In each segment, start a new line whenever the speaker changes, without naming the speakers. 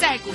在股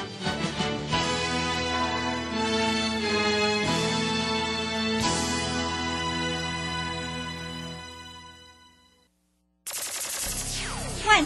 万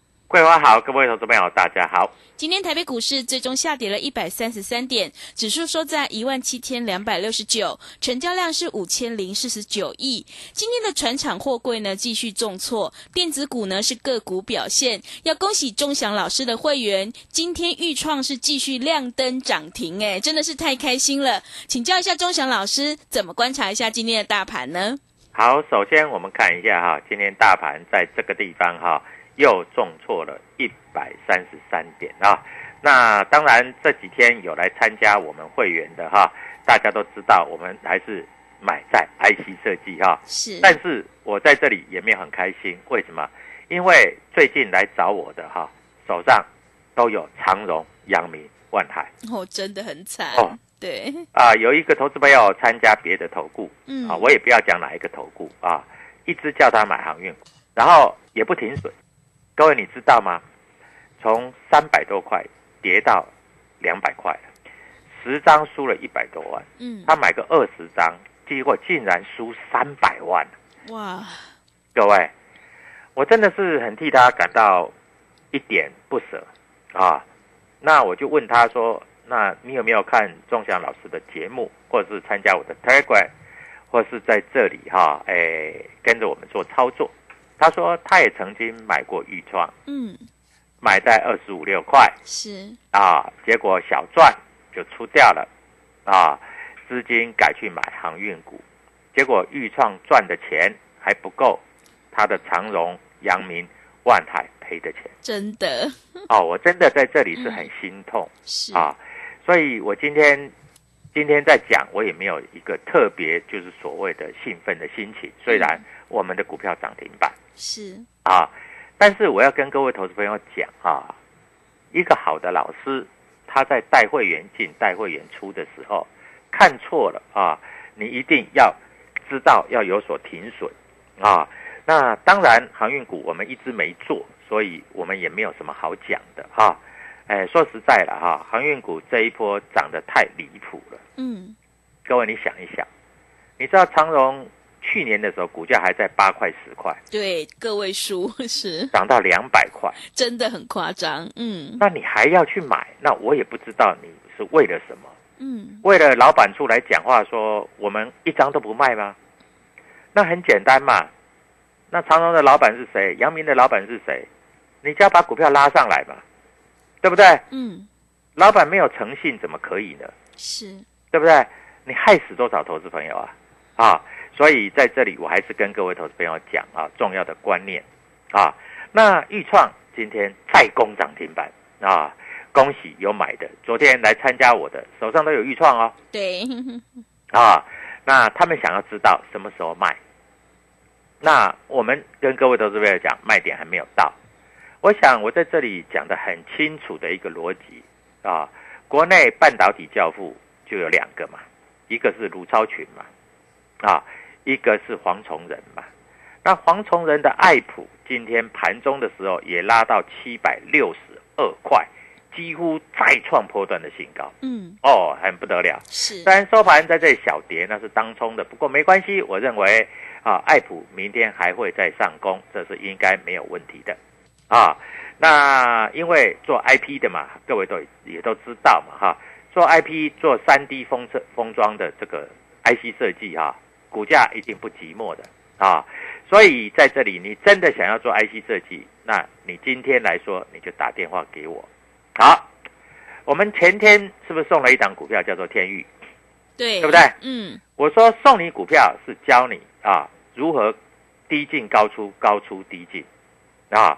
桂花好，各位投资朋友大家好。
今天台北股市最终下跌了一百三十三点，指数收在一万七千两百六十九，成交量是五千零四十九亿。今天的船厂货柜呢继续重挫，电子股呢是个股表现，要恭喜钟祥老师的会员，今天预创是继续亮灯涨停，哎，真的是太开心了。请教一下钟祥老师，怎么观察一下今天的大盘呢？
好，首先我们看一下哈，今天大盘在这个地方哈又重挫了一百三十三点啊。那当然这几天有来参加我们会员的哈，大家都知道我们还是买在 IC 设计哈，
是
但是我在这里也没有很开心，为什么？因为最近来找我的哈，手上都有长荣、阳明、万海
哦，真的很惨，
哦
对，
啊，有一个投资朋友参加别的投顾，
嗯，
啊，我也不要讲哪一个投顾啊，一直叫他买航运股，然后也不停损。各位你知道吗？从三百多块跌到两百块了，十张输了一百多万，
嗯，
他买个二十张，结果竟然输三百万。
哇，
各位，我真的是很替他感到一点不舍啊。那我就问他说：“那你有没有看钟祥老师的节目，或者是参加我的 Telegram，或是在这里哈、哎，跟着我们做操作？”他说他也曾经买过豫创，
嗯，
买在二十五六块
是，
啊，结果小赚就出掉了啊，资金改去买航运股，结果豫创赚的钱还不够他的长荣、阳明、万海赔的钱
真的
哦，我真的在这里是很心痛
嗯是
啊，所以我今天今天在讲，我也没有一个特别就是所谓的兴奋的心情，虽然我们的股票涨停板。
是，
啊，但是我要跟各位投资朋友讲啊，一个好的老师，他在带会员进、带会员出的时候，看错了啊，你一定要知道要有所停损啊。那当然，航运股我们一直没做，所以我们也没有什么好讲的啊。哎，说实在了哈、航运股这一波涨得太离谱了。
嗯，
各位，你想一想，你知道长荣去年的时候股价还在八块十块，
对，个位数 是
涨到两百块，
真的很夸张，嗯
那你还要去买？那我也不知道你是为了什么。
嗯，
为了老板出来讲话说我们一张都不卖吗？那很简单嘛。那长荣的老板是谁？阳明的老板是谁？你只要把股票拉上来嘛，对不对？
嗯
老板没有诚信怎么可以呢？
是，
对不对？你害死多少投资朋友啊？啊，所以在这里我还是跟各位投资朋友讲啊，重要的观念啊。那豫创今天再攻涨停板啊，恭喜有买的，昨天来参加我的手上都有豫创哦
对，
啊。那他们想要知道什么时候卖，那我们跟各位投资朋友讲，卖点还没有到。我想我在这里讲的很清楚的一个逻辑啊，国内半导体教父就有两个嘛，一个是卢超群嘛，啊，一个是黄崇仁嘛。那黄崇仁的爱普今天盘中的时候也拉到七百六十二块，几乎再创波段的新高
嗯，
哦，很不得了。
是
虽然收盘在这里小跌，那是当冲的，不过没关系，我认为啊，爱普明天还会再上攻，这是应该没有问题的啊。那因为做 IP 的嘛，各位都也都知道嘛哈、做 IP 做 3D 封测封装的这个 IC 设计啊，股价一定不寂寞的啊。所以在这里，你真的想要做 IC 设计，那你今天来说，你就打电话给我。好，我们前天是不是送了一档股票叫做天域？
对，
对不对
嗯，
我说送你股票是教你啊如何低进高出，高出低进啊。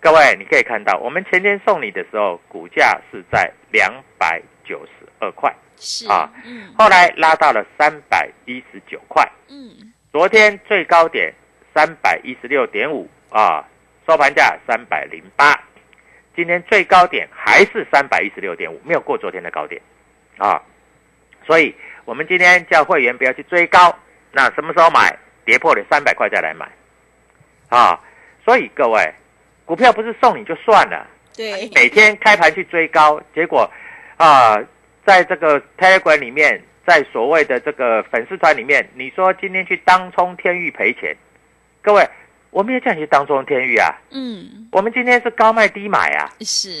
各位，你可以看到，我们前天送你的时候，股价是在两百九十二块，
是
啊，
嗯
后来拉到了三百一十九块，
嗯，
昨天最高点三百一十六点五啊，收盘价三百零八，今天最高点还是三百一十六点五，没有过昨天的高点啊，所以我们今天叫会员不要去追高，那什么时候买？跌破了三百块再来买啊，所以各位，股票不是送你就算了。
对，
每天开盘去追高，结果啊、在这个 Telegram 里面，在所谓的这个粉丝团里面，你说今天去当冲天域赔钱，各位，我们也叫你去当冲天域啊，
嗯，
我们今天是高卖低买啊，
是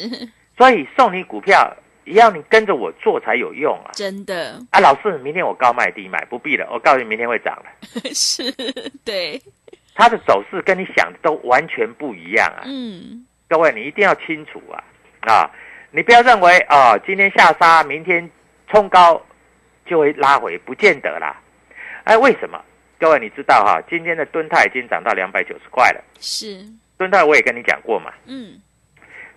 所以送你股票也要你跟着我做才有用啊。
真的，
啊，老师，明天我高卖低买，不必了，我告诉你，明天会涨了。
是，对，
它的走势跟你想的都完全不一样啊。
嗯，
各位，你一定要清楚啊啊！你不要认为啊，今天下杀，明天冲高就会拉回，不见得啦。哎，为什么？各位，你知道哈、今天的吨泰已经涨到两百九十块了。
是，
吨泰我也跟你讲过嘛，
嗯，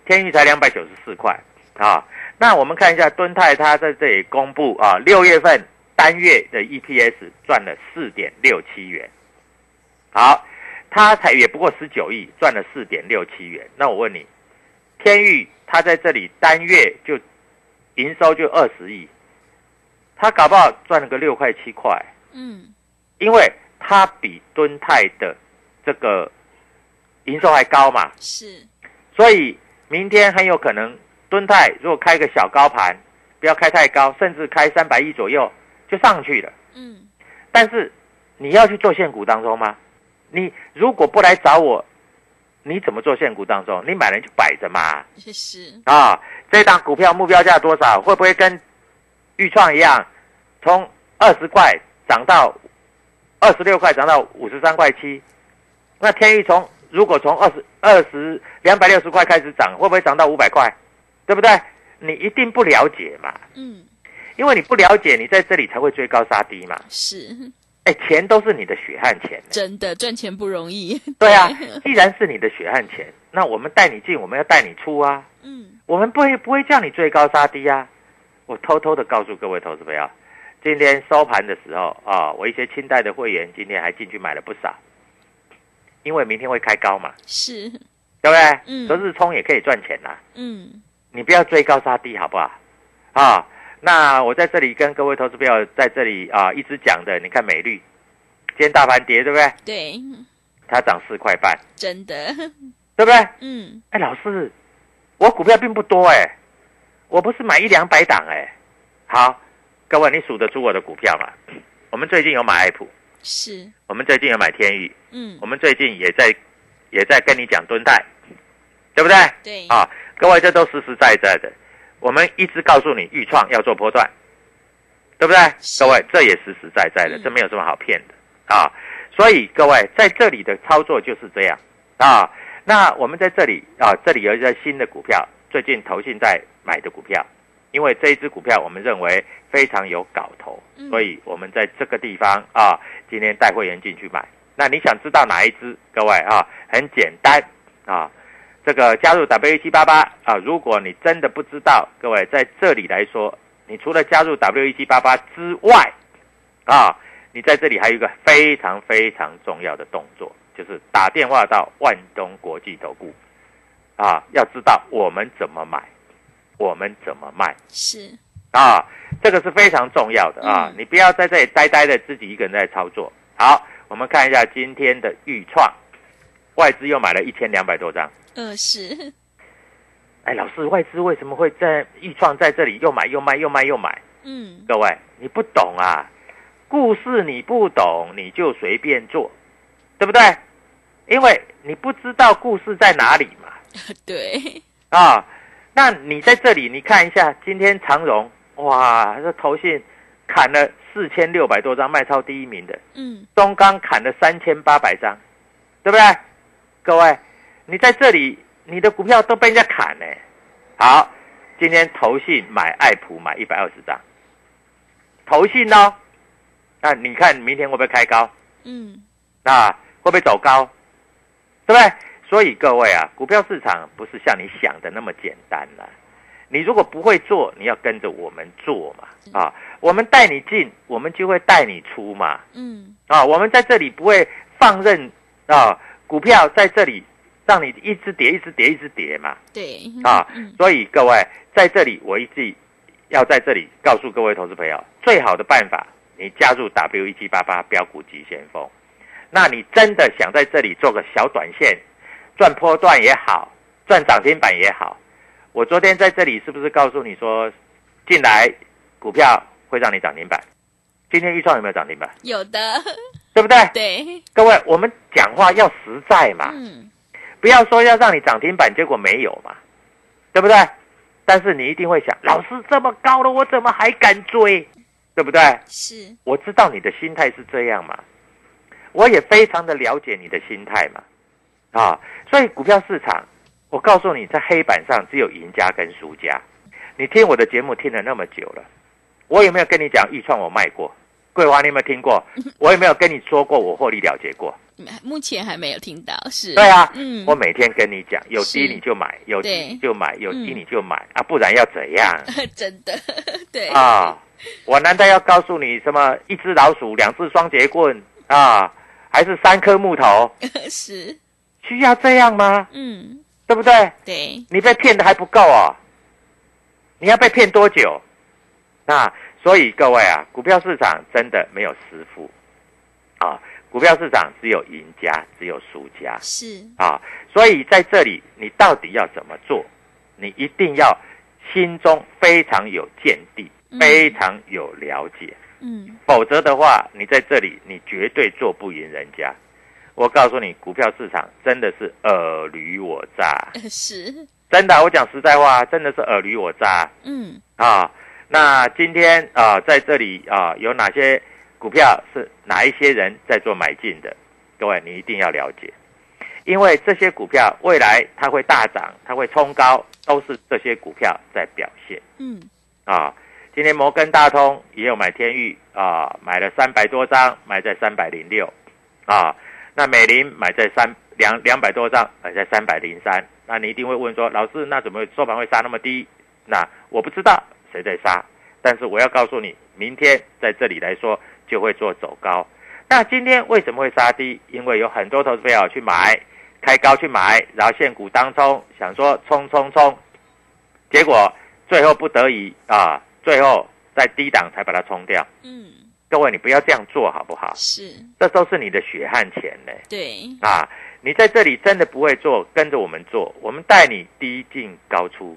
天宇才两百九十四块啊。那我们看一下吨泰，它在这里公布啊，六月份单月的 EPS 赚了四点六七元。好，它才也不过十九亿，赚了四点六七元。那我问你，天宇它在这里单月就营收就二十亿，它搞不好赚了个六块七块，
嗯，
因为它比敦泰的这个营收还高嘛。
是，
所以明天很有可能敦泰如果开个小高盘，不要开太高，甚至开三百亿左右就上去了。
嗯，
但是你要去做现股当中吗？你如果不来找我，你怎么做现股当中？你买了就摆着嘛。
是，
啊，这档股票目标价多少？会不会跟预创一样，从二十块涨到二十六块，涨到五十三块七？那天宇从如果从二十二十两百六十块开始涨，会不会涨到五百块？对不对？你一定不了解嘛，
嗯，
因为你不了解，你在这里才会追高杀低嘛。
是，
哎，钱都是你的血汗钱。
真的赚钱不容易，
对啊，既然是你的血汗钱，那我们带你进，我们要带你出啊。
嗯，
我们不会不会叫你追高杀低啊。我偷偷的告诉各位投资朋友，今天收盘的时候啊，我一些清代的会员今天还进去买了不少，因为明天会开高嘛，
是，
对不对？
嗯
隔日冲也可以赚钱呐、
嗯，
你不要追高杀低，好不好？啊，那我在这里跟各位投资朋友在这里啊一直讲的，你看美绿，今天大盘跌，对不对？
对，
它涨四块半，
真的，
对不对？
嗯，
哎，老师，我股票并不多哎，我不是买一两百档哎。好，各位，你数得出我的股票吗？我们最近有买爱普，
是，
我们最近有买天宇，
嗯
我，们最近也在也在跟你讲敦泰，对不对？
对，
啊，各位，这都实实在在的。我们一直告诉你，预创要做波段，对不对？
是
各位，这也实实在在的，
嗯
这没有什么好骗的啊。所以各位在这里的操作就是这样啊。那我们在这里啊，这里有一个新的股票，最近投信在买的股票，因为这一只股票我们认为非常有搞头，
嗯
所以我们在这个地方啊，今天带会员进去买。那你想知道哪一只？各位啊，很简单啊，这个加入 W 一七八八啊，如果你真的不知道，各位在这里来说，你除了加入 W 一七八八之外，啊，你你在这里还有一个非常非常重要的动作，就是打电话到万东国际投顾啊，要知道我们怎么买，我们怎么卖
是
啊，这个是非常重要的啊
嗯，
你不要在这里呆呆的自己一个人在操作。好，我们看一下今天的预创，外资又买了一千两百多张。
呃是，
哎，老师，外资为什么会在预创在这里又买又卖又卖又买？
嗯
各位，你不懂啊，故事你不懂，你就随便做，对不对？因为你不知道故事在哪里嘛。
对，
啊，那你在这里你看一下，今天长荣哇，这投信砍了四千六百多张，卖超第一名的，
嗯
中钢砍了三千八百张，对不对？各位，你在这里，你的股票都被人家砍呢、好，今天投信买爱普买一百二十张，投信哦，那你看明天会不会开高？
嗯
那会不会走高？对不对？所以各位啊，股票市场不是像你想的那么简单了、你如果不会做，你要跟着我们做嘛，啊，我们带你进，我们就会带你出嘛，
嗯
啊，我们在这里不会放任啊股票在这里让你一直跌、一直跌、一直跌嘛
对
啊
嗯，
所以各位在这里，我一直要在这里告诉各位投资朋友，最好的办法，你加入 W 一七八八标股急先锋。那你真的想在这里做个小短线，赚波段也好，赚涨停板也好，我昨天在这里是不是告诉你说，进来股票会让你涨停板？今天预创有没有涨停板？
有的
对不对？
对，
各位，我们讲话要实在嘛，
嗯
不要说要让你涨停板，结果没有嘛，对不对？但是你一定会想，老师这么高了，我怎么还敢追？对不对？
是
我知道你的心态是这样嘛，我也非常的了解你的心态嘛，啊，所以股票市场，我告诉你，在黑板上只有赢家跟输家。你听我的节目听了那么久了，我有没有跟你讲预创我卖过？桂花，你有没有听过？我有没有跟你说过我获利了结过？
目前还没有听到是，
对啊，
嗯
我每天跟你讲，有
是
低你就买，有低
对
你就买，有低
嗯
你就买、啊，不然要怎样
真的 对
啊？我难道要告诉你什么一只老鼠，两只双节棍啊，还是三颗木头？
是
需要这样吗？
嗯
对不对？
对
你被骗的还不够哦，你要被骗多久？那所以各位啊，股票市场真的没有师傅啊，股票市场只有赢家，只有输家。
是
啊，所以在这里你到底要怎么做？你一定要心中非常有见地，
嗯
非常有了解，
嗯
否则的话，你在这里你绝对做不赢人家。我告诉你，股票市场真的是尔虞我诈，
呃是
真的啊，我讲实在话，真的是尔虞我诈
嗯
啊。那今天啊，在这里啊，有哪些股票是哪一些人在做买进的？各位，你一定要了解，因为这些股票未来它会大涨，它会冲高，都是这些股票在表现
嗯
啊。今天摩根大通也有买天域啊，买了三百多张，买在三百零六啊。那美林买在三两两百多张，买在三百零三。那你一定会问说，老师，那怎么收盘会杀那么低？那我不知道谁在杀，但是我要告诉你，明天在这里来说就会做走高。那今天为什么会杀低？因为有很多投资朋友去买，开高去买，然后现股当冲，想说冲冲冲，结果最后不得已啊，最后在低档才把它冲掉。
嗯
各位，你不要这样做好不好？
是
这都是你的血汗钱呢、
对
啊！你在这里真的不会做，跟着我们做，我们带你低进高出，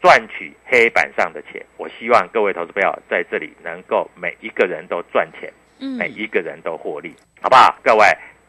赚取黑板上的钱。我希望各位投资朋友在这里能够每一个人都赚钱，
嗯
每一个人都获利，好不好？各位，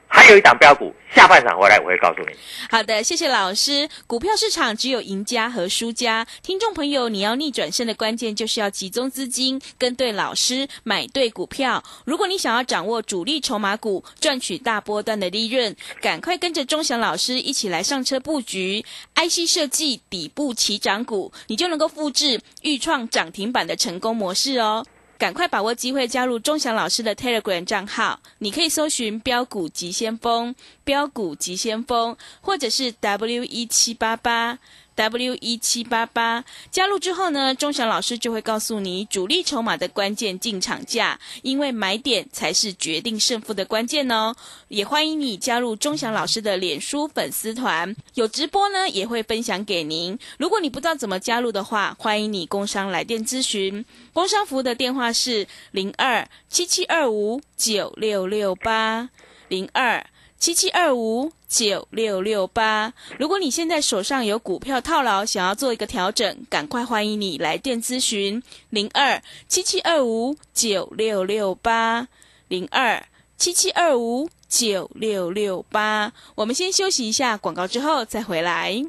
还有一档标股，下半场回来我会告诉你。
好的，谢谢老师。股票市场只有赢家和输家，听众朋友，你要逆转胜的关键就是要集中资金，跟对老师，买对股票。如果你想要掌握主力筹码股，赚取大波段的利润，赶快跟着钟祥老师一起来上车布局 IC 设计底部起涨股，你就能够复制预创涨停板的成功模式哦。赶快把握机会加入钟祥老师的 Telegram 账号，你可以搜寻“标股急先锋”、“标股急先锋”，或者是 “W 一七八八”。 W 一七八八。加入之后呢，钟祥老师就会告诉你主力筹码的关键进场价，因为买点才是决定胜负的关键哦。也欢迎你加入钟祥老师的脸书粉丝团，有直播呢也会分享给您。如果你不知道怎么加入的话，欢迎你工商来电咨询。工商服务的电话是零二七七二五九六六八零二。七七二五九六六八。如果你现在手上有股票套牢，想要做一个调整，赶快欢迎你来电咨询零二七七二五九六六八零二七七二五九六六八。我们先休息一下广告，之后再回来。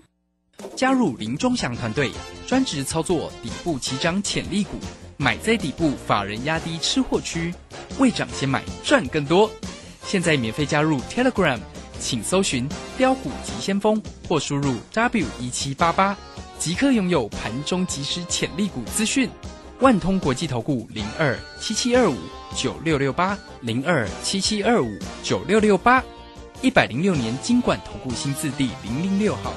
加入林中祥团队，专职操作底部起涨潜力股，买在底部，法人压低吃货区，未涨先买，赚更多。现在免费加入 Telegram，请搜寻“标股急先锋”或输入 “W 一七八八”，即刻拥有盘中即时潜力股资讯。万通国际投顾零二七七二五九六六八零二七七二五九六六八，一百零六年经管投顾新字第零零六号。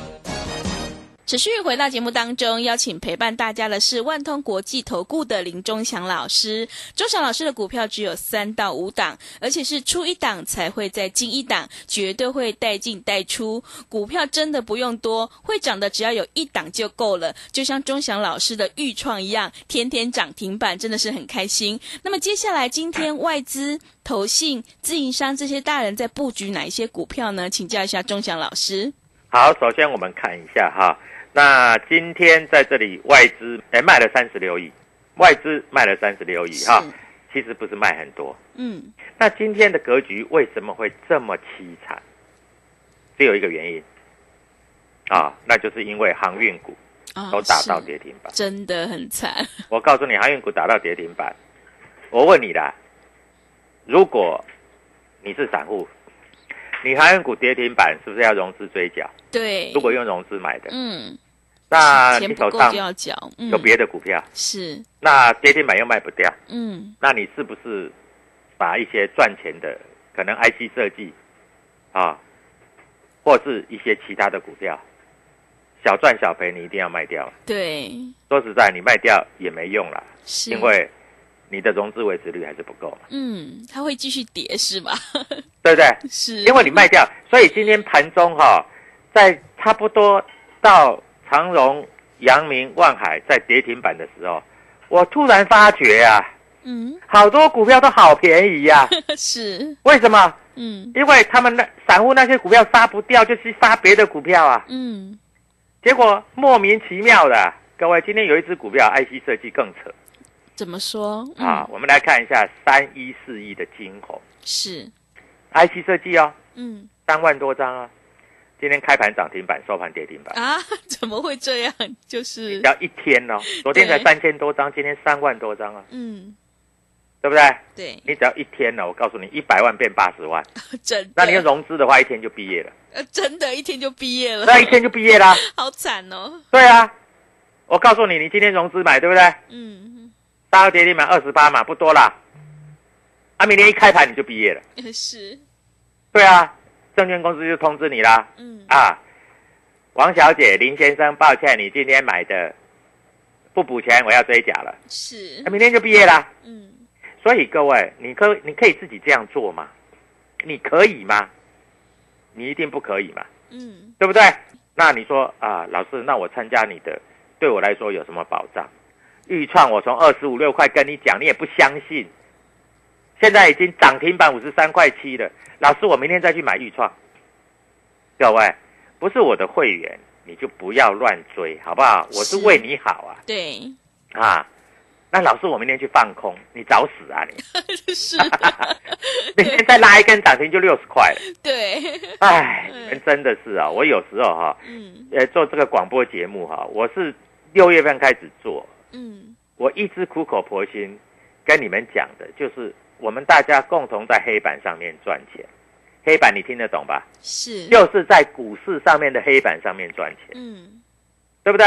持续回到节目当中，邀请陪伴大家的是万通国际投顾的林忠祥老师。忠祥老师的股票只有三到五档，而且是出一档才会再进一档，绝对会带进带出。股票真的不用多，会涨的只要有一档就够了。就像忠祥老师的预创一样，天天涨停板，真的是很开心。那么接下来，今天外资、投信、自营商这些大人在布局哪一些股票呢？请教一下忠祥老师。
好，首先我们看一下哈，那今天在这里外资哎卖了三十六亿，外资卖了三十六亿哈
是，
其实不是卖很多。
嗯，
那今天的格局为什么会这么凄惨？只有一个原因啊，那就是因为航运股
啊
都打到
是
跌停板。
真的很惨。
我告诉你，航运股打到跌停板。我问你啦，如果你是散户，你航运股跌停板是不是要融资追缴？
对，
如果用融资买的，
嗯，
那
钱
你
不
手
够
上
就要缴，嗯，
有别的股票，
是，
那跌停板又卖不掉，
嗯，
那你是不是把一些赚钱的，可能 IC 设计啊，或是一些其他的股票，小赚小赔，你一定要卖掉。
对，
说实在，你卖掉也没用啦，
是，
因为你的融资维持率还是不够嘛，
嗯，它会继续跌是吧？
对不对？
是，
因为你卖掉，所以今天盘中哈、在差不多到长荣、阳明、万海在跌停板的时候，我突然发觉啊，
嗯，
好多股票都好便宜呀、
是，
为什么？
嗯
因为他们那散户那些股票杀不掉，就去杀别的股票啊，
嗯，
结果莫名其妙的。各位，今天有一只股票 IC 设计更扯
怎么说？嗯、
啊！，我们来看一下三一四一的金红
是，
IC 设计哦，
嗯
三万多张啊，今天开盘涨停板，收盘跌停板。
啊， 怎么会这样？就是
只，要一天哦，昨天才
对
三千多张，今天三万多张啊，
嗯，
对不对？
对，
你只要一天哦呢、我告诉你，一百万变八十万，
真的，
那你要融资的话，一天就毕 业了，啊
呃，真的，一天就毕业了，
那一天就毕业啦。
好惨哦，
对啊，我告诉你，你今天融资买，对不对？
嗯，
大二跌停板二十八嘛，不多啦。啊，明天一开盘你就毕业了。
是，
对啊，证券公司就通知你啦。
嗯，
啊，王小姐、林先生，抱歉，你今天买的不补钱，我要追缴了。
是
啊，，明天就毕业啦。
嗯，
所以各位，你可你可以自己这样做吗？你可以吗？你一定不可以嘛，
嗯，
对不对？那你说啊，老师，那我参加你的，对我来说有什么保障？预创我从二十五六块跟你讲，你也不相信，现在已经涨停板五十三块七了。老师，我明天再去买预创。各位，不是我的会员，你就不要乱追，好不好？我是
是
为你好啊
对，
啊！那老师，我明天去放空，你找死啊你！
是的，
每天再拉一根涨停就六十块了，
对，
哎，
嗯
你们真的是啊！我有时候哈、
嗯
呃，做这个广播节目哈、我是六月份开始做，
嗯，
我一直苦口婆心跟你们讲的，就是我们大家共同在黑板上面赚钱。黑板你听得懂吧？
是，
就是在股市上面的黑板上面赚钱，
嗯，
对不对？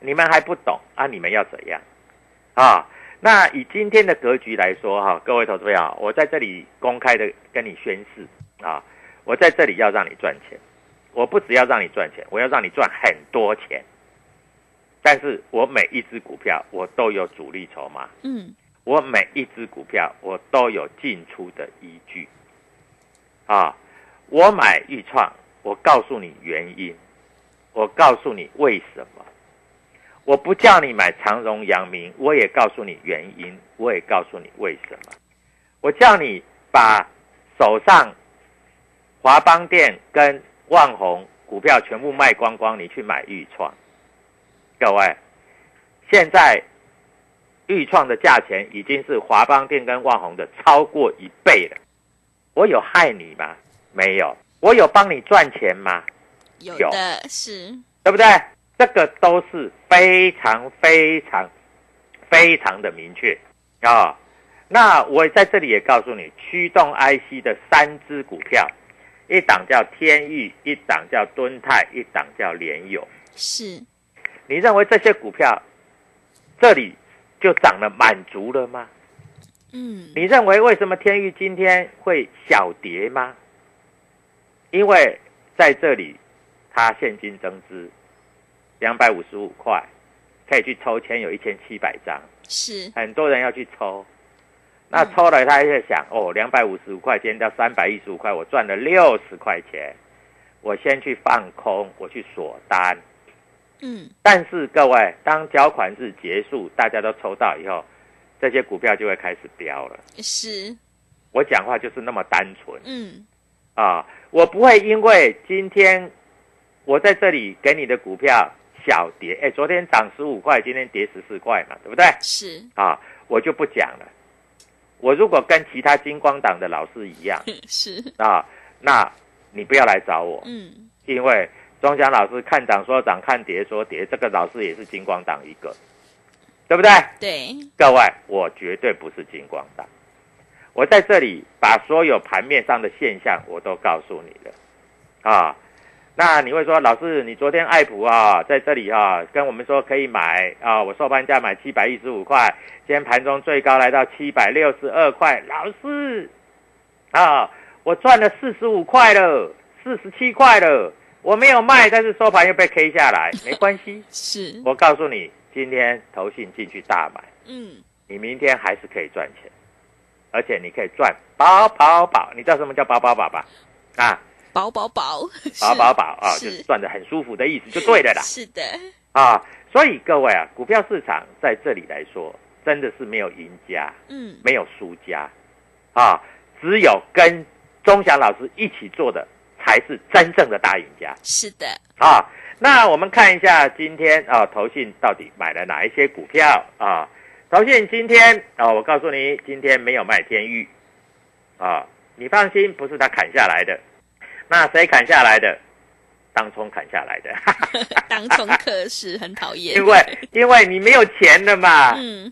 你们还不懂啊？你们要怎样啊？那以今天的格局来说哈、各位投资朋友，我在这里公开的跟你宣誓啊，我在这里要让你赚钱，我不只要让你赚钱，我要让你赚很多钱，但是我每一只股票我都有主力筹码，
嗯
我每一只股票我都有进出的依据。啊，我买豫创，我告诉你原因，我告诉你为什么。我不叫你买长荣、阳明，我也告诉你原因，我也告诉你为什么。我叫你把手上华邦店跟万宏股票全部卖光光，你去买豫创。各位，现在豫创的价钱已经是华邦店跟万宏的超过一倍了。我有害你吗？没有。我有帮你赚钱吗？
有
有
的是，
对不对？这个都是非常非常非常的明确啊、那我在这里也告诉你，驱动 IC 的三只股票，一档叫天域，一档叫敦泰，一档叫联友。
是
你认为这些股票这里就涨了满足了吗？
嗯
你认为为什么天域今天会小跌吗？因为在这里，它现金增资两百五十五块，可以去抽签，有一千七百张，
是
很多人要去抽。那抽了，他就想，哦，两百五十五块今天到三百一十五块，我赚了六十块钱，我先去放空，我去锁单。
嗯
但是各位，当缴款日结束，大家都抽到以后，这些股票就会开始飙了。
是
我讲话就是那么单纯
嗯
啊，我不会因为今天我在这里给你的股票小跌，哎，昨天涨十五块，今天跌十四块嘛，对不对？
是
啊，我就不讲了。我如果跟其他金光党的老师一样
是
啊，那你不要来找我，
嗯
因为庄祥老师看涨说涨，看跌说跌，这个老师也是金光党一个，对不对？
对
各位，我绝对不是金光党，我在这里把所有盘面上的现象我都告诉你了，啊，那你会说老师，你昨天爱普啊在这里啊跟我们说可以买啊，我收盘价买七百一十五块，今天盘中最高来到七百六十二块，老师，啊，我赚了四十五块了，四十七块了，我没有卖，但是收盘又被 K 下来，没关系，
是
我告诉你，今天投信进去大买。
嗯
你明天还是可以赚钱，而且你可以赚饱饱饱。你知道什么叫饱饱饱吧？啊，
饱饱饱
饱饱饱啊，
是
就是赚的很舒服的意思，就对了啦。
是的
啊，所以各位啊，股票市场在这里来说，真的是没有赢家，
嗯
没有输家，啊，只有跟钟祥老师一起做的才是真正的大赢家
是的
啊。那我们看一下今天啊，投信到底买了哪一些股票啊？投信今天啊，我告诉你，今天没有卖天域啊，你放心，不是他砍下来的。那谁砍下来的？当冲砍下来的，
当冲客是很讨厌，
因为因为你没有钱了嘛，
嗯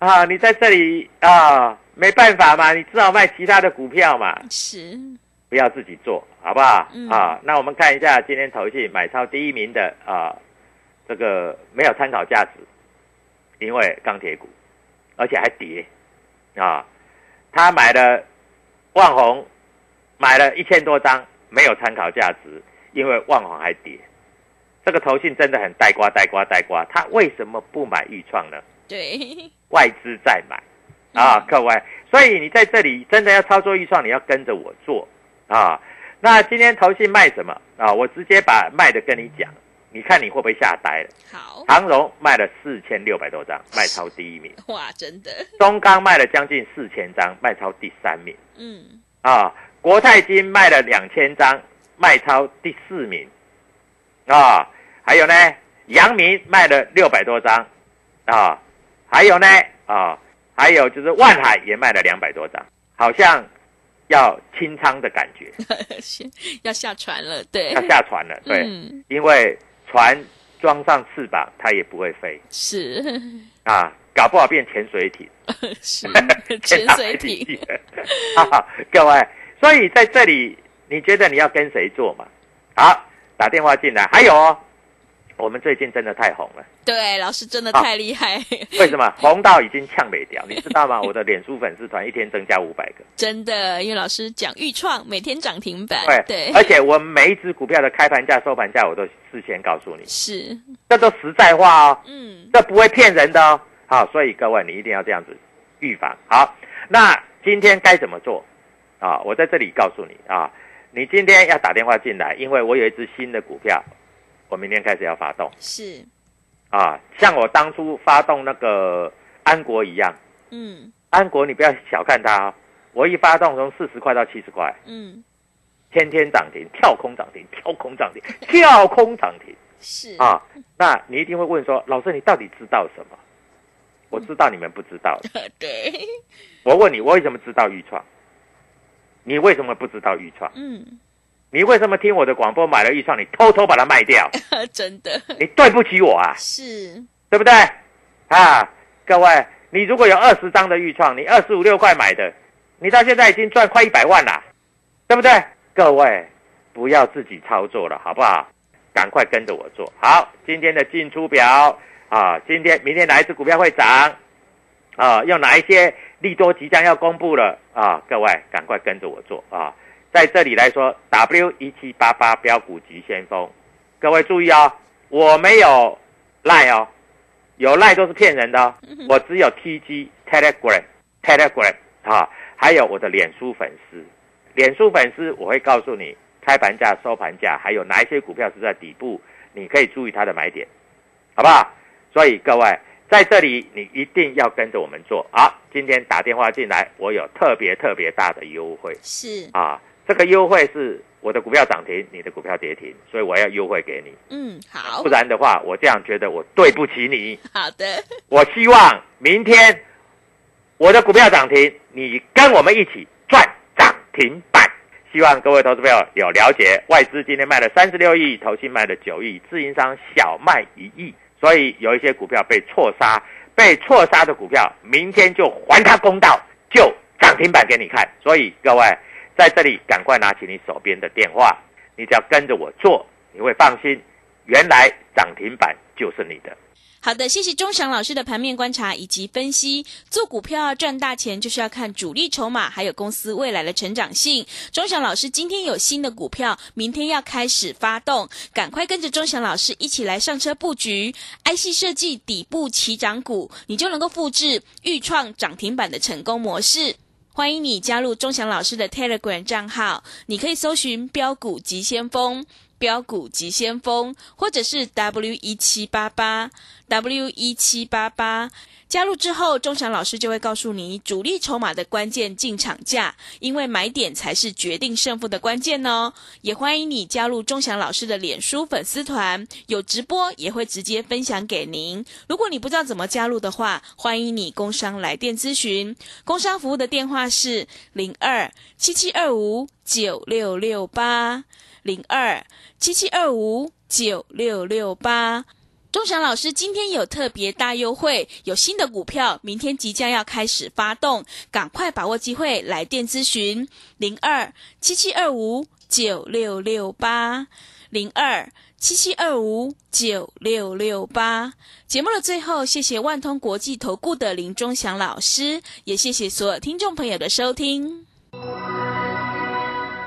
啊，你在这里啊，没办法嘛，你只好卖其他的股票嘛，
是
不要自己做，好不好？
嗯
啊，那我们看一下今天投信买超第一名的啊，这个没有参考价值，因为钢铁股，而且还跌啊。他买了万红，买了一千多张，没有参考价值，因为万红还跌。这个投信真的很呆瓜，呆瓜，呆瓜。他为什么不买豫创呢？
对
外资在买啊，各位，所以你在这里真的要操作预算，你要跟着我做啊。那今天投信卖什么啊？我直接把卖的跟你讲，你看你会不会吓呆了？
好
长荣卖了四千六百多张，卖超第一名；
哇真的
中钢卖了将近四千张，卖超第三名
嗯
啊。国泰金卖了两千张，卖超第四名啊。还有呢，阳明卖了六百多张啊，还有呢啊，还有就是万海也卖了两百多张，好像要清仓的感觉，
是要下船了对
要下船了。啊对，
嗯
因为船装上翅膀，它也不会飞
是
啊，搞不好变潜水艇。
是 潜水 艇
啊，各位，所以在这里，你觉得你要跟谁做嘛？好，打电话进来。还有哦，我们最近真的太红了，
对，老师真的太厉害，
为什么红到已经呛没掉？你知道吗？ 我的脸书粉丝团一天增加五百个，
真的，因为老师讲预创每天涨停板，哎对，
而且我每一只股票的开盘价、收盘价我都事先告诉你，
是，
这都实在话哦，
嗯，
这不会骗人的哦。好，所以各位你一定要这样子预防。好，那今天该怎么做啊？我在这里告诉你啊，你今天要打电话进来，因为我有一只新的股票，我明天开始要发动
是，
啊，像我当初发动那个安国一样，
嗯
安国你不要小看它、哦，我一发动从四十块到七十块，
嗯，
天天涨停，跳空涨停，跳空涨停，跳空涨停。
是，
啊，那你一定会问说，老师，你到底知道什么？我知道你们不知道。
对，
我问你，我为什么知道预创？你为什么不知道预创？
嗯，
你为什么听我的广播买了预创，你偷偷把它卖掉？
真的
你对不起我啊，
是，
对不对？啊，各位，你如果有二十张的预创，你二十五六块买的，你到现在已经赚快一百万了，对不对？各位，不要自己操作了，好不好？赶快跟着我做好今天的进出表啊！今天、明天哪一只股票会涨？啊，有哪一些利多即将要公布了啊？各位，赶快跟着我做啊！在这里来说，W 一七八八标股急先锋，各位注意哦，我没有赖哦，有赖都是骗人的、哦，我只有 TG Telegram Telegram 啊，还有我的脸书粉丝，脸书粉丝我会告诉你开盘价、收盘价，还有哪一些股票是在底部，你可以注意它的买点，好不好？所以各位在这里你一定要跟着我们做好，今天打电话进来，我有特别特别大的优惠
是，
啊，这个优惠是我的股票涨停，你的股票跌停，所以我要优惠给你，
嗯，好
不，然的话，我这样觉得我对不起你。
好的，
我希望明天我的股票涨停，你跟我们一起赚涨停板。希望各位投资朋友有了解，外资今天卖了三十六亿，投信卖了九亿，自营商小卖一亿，所以有一些股票被错杀，被错杀的股票，明天就还他公道，就涨停板给你看。所以各位在这里赶快拿起你手边的电话，你只要跟着我做，你会放心，原来涨停板就是你的。
好的，谢谢钟祥老师的盘面观察以及分析。做股票要赚大钱，就是要看主力筹码，还有公司未来的成长性。钟祥老师今天有新的股票，明天要开始发动，赶快跟着钟祥老师一起来上车布局。IC 设计底部起涨股，你就能够复制预创涨停板的成功模式。欢迎你加入钟祥老师的 Telegram 账号，你可以搜寻“标股急先锋”、“标股急先锋”或者是 W 一七八八 W 一七八八。加入之后，钟祥老师就会告诉你主力筹码的关键进场价，因为买点才是决定胜负的关键哦。也欢迎你加入钟祥老师的脸书粉丝团，有直播也会直接分享给您。如果你不知道怎么加入的话，欢迎你工商来电咨询。工商服务的电话是零二七七二五九六六八零二七七二五九六六八。钟祥老师今天有特别大优惠，有新的股票，明天即将要开始发动，赶快把握机会来电咨询零二七七二五九六六八零二七七二五九六六八。节目的最后，谢谢万通国际投顾的林钟祥老师，也谢谢所有听众朋友的收听。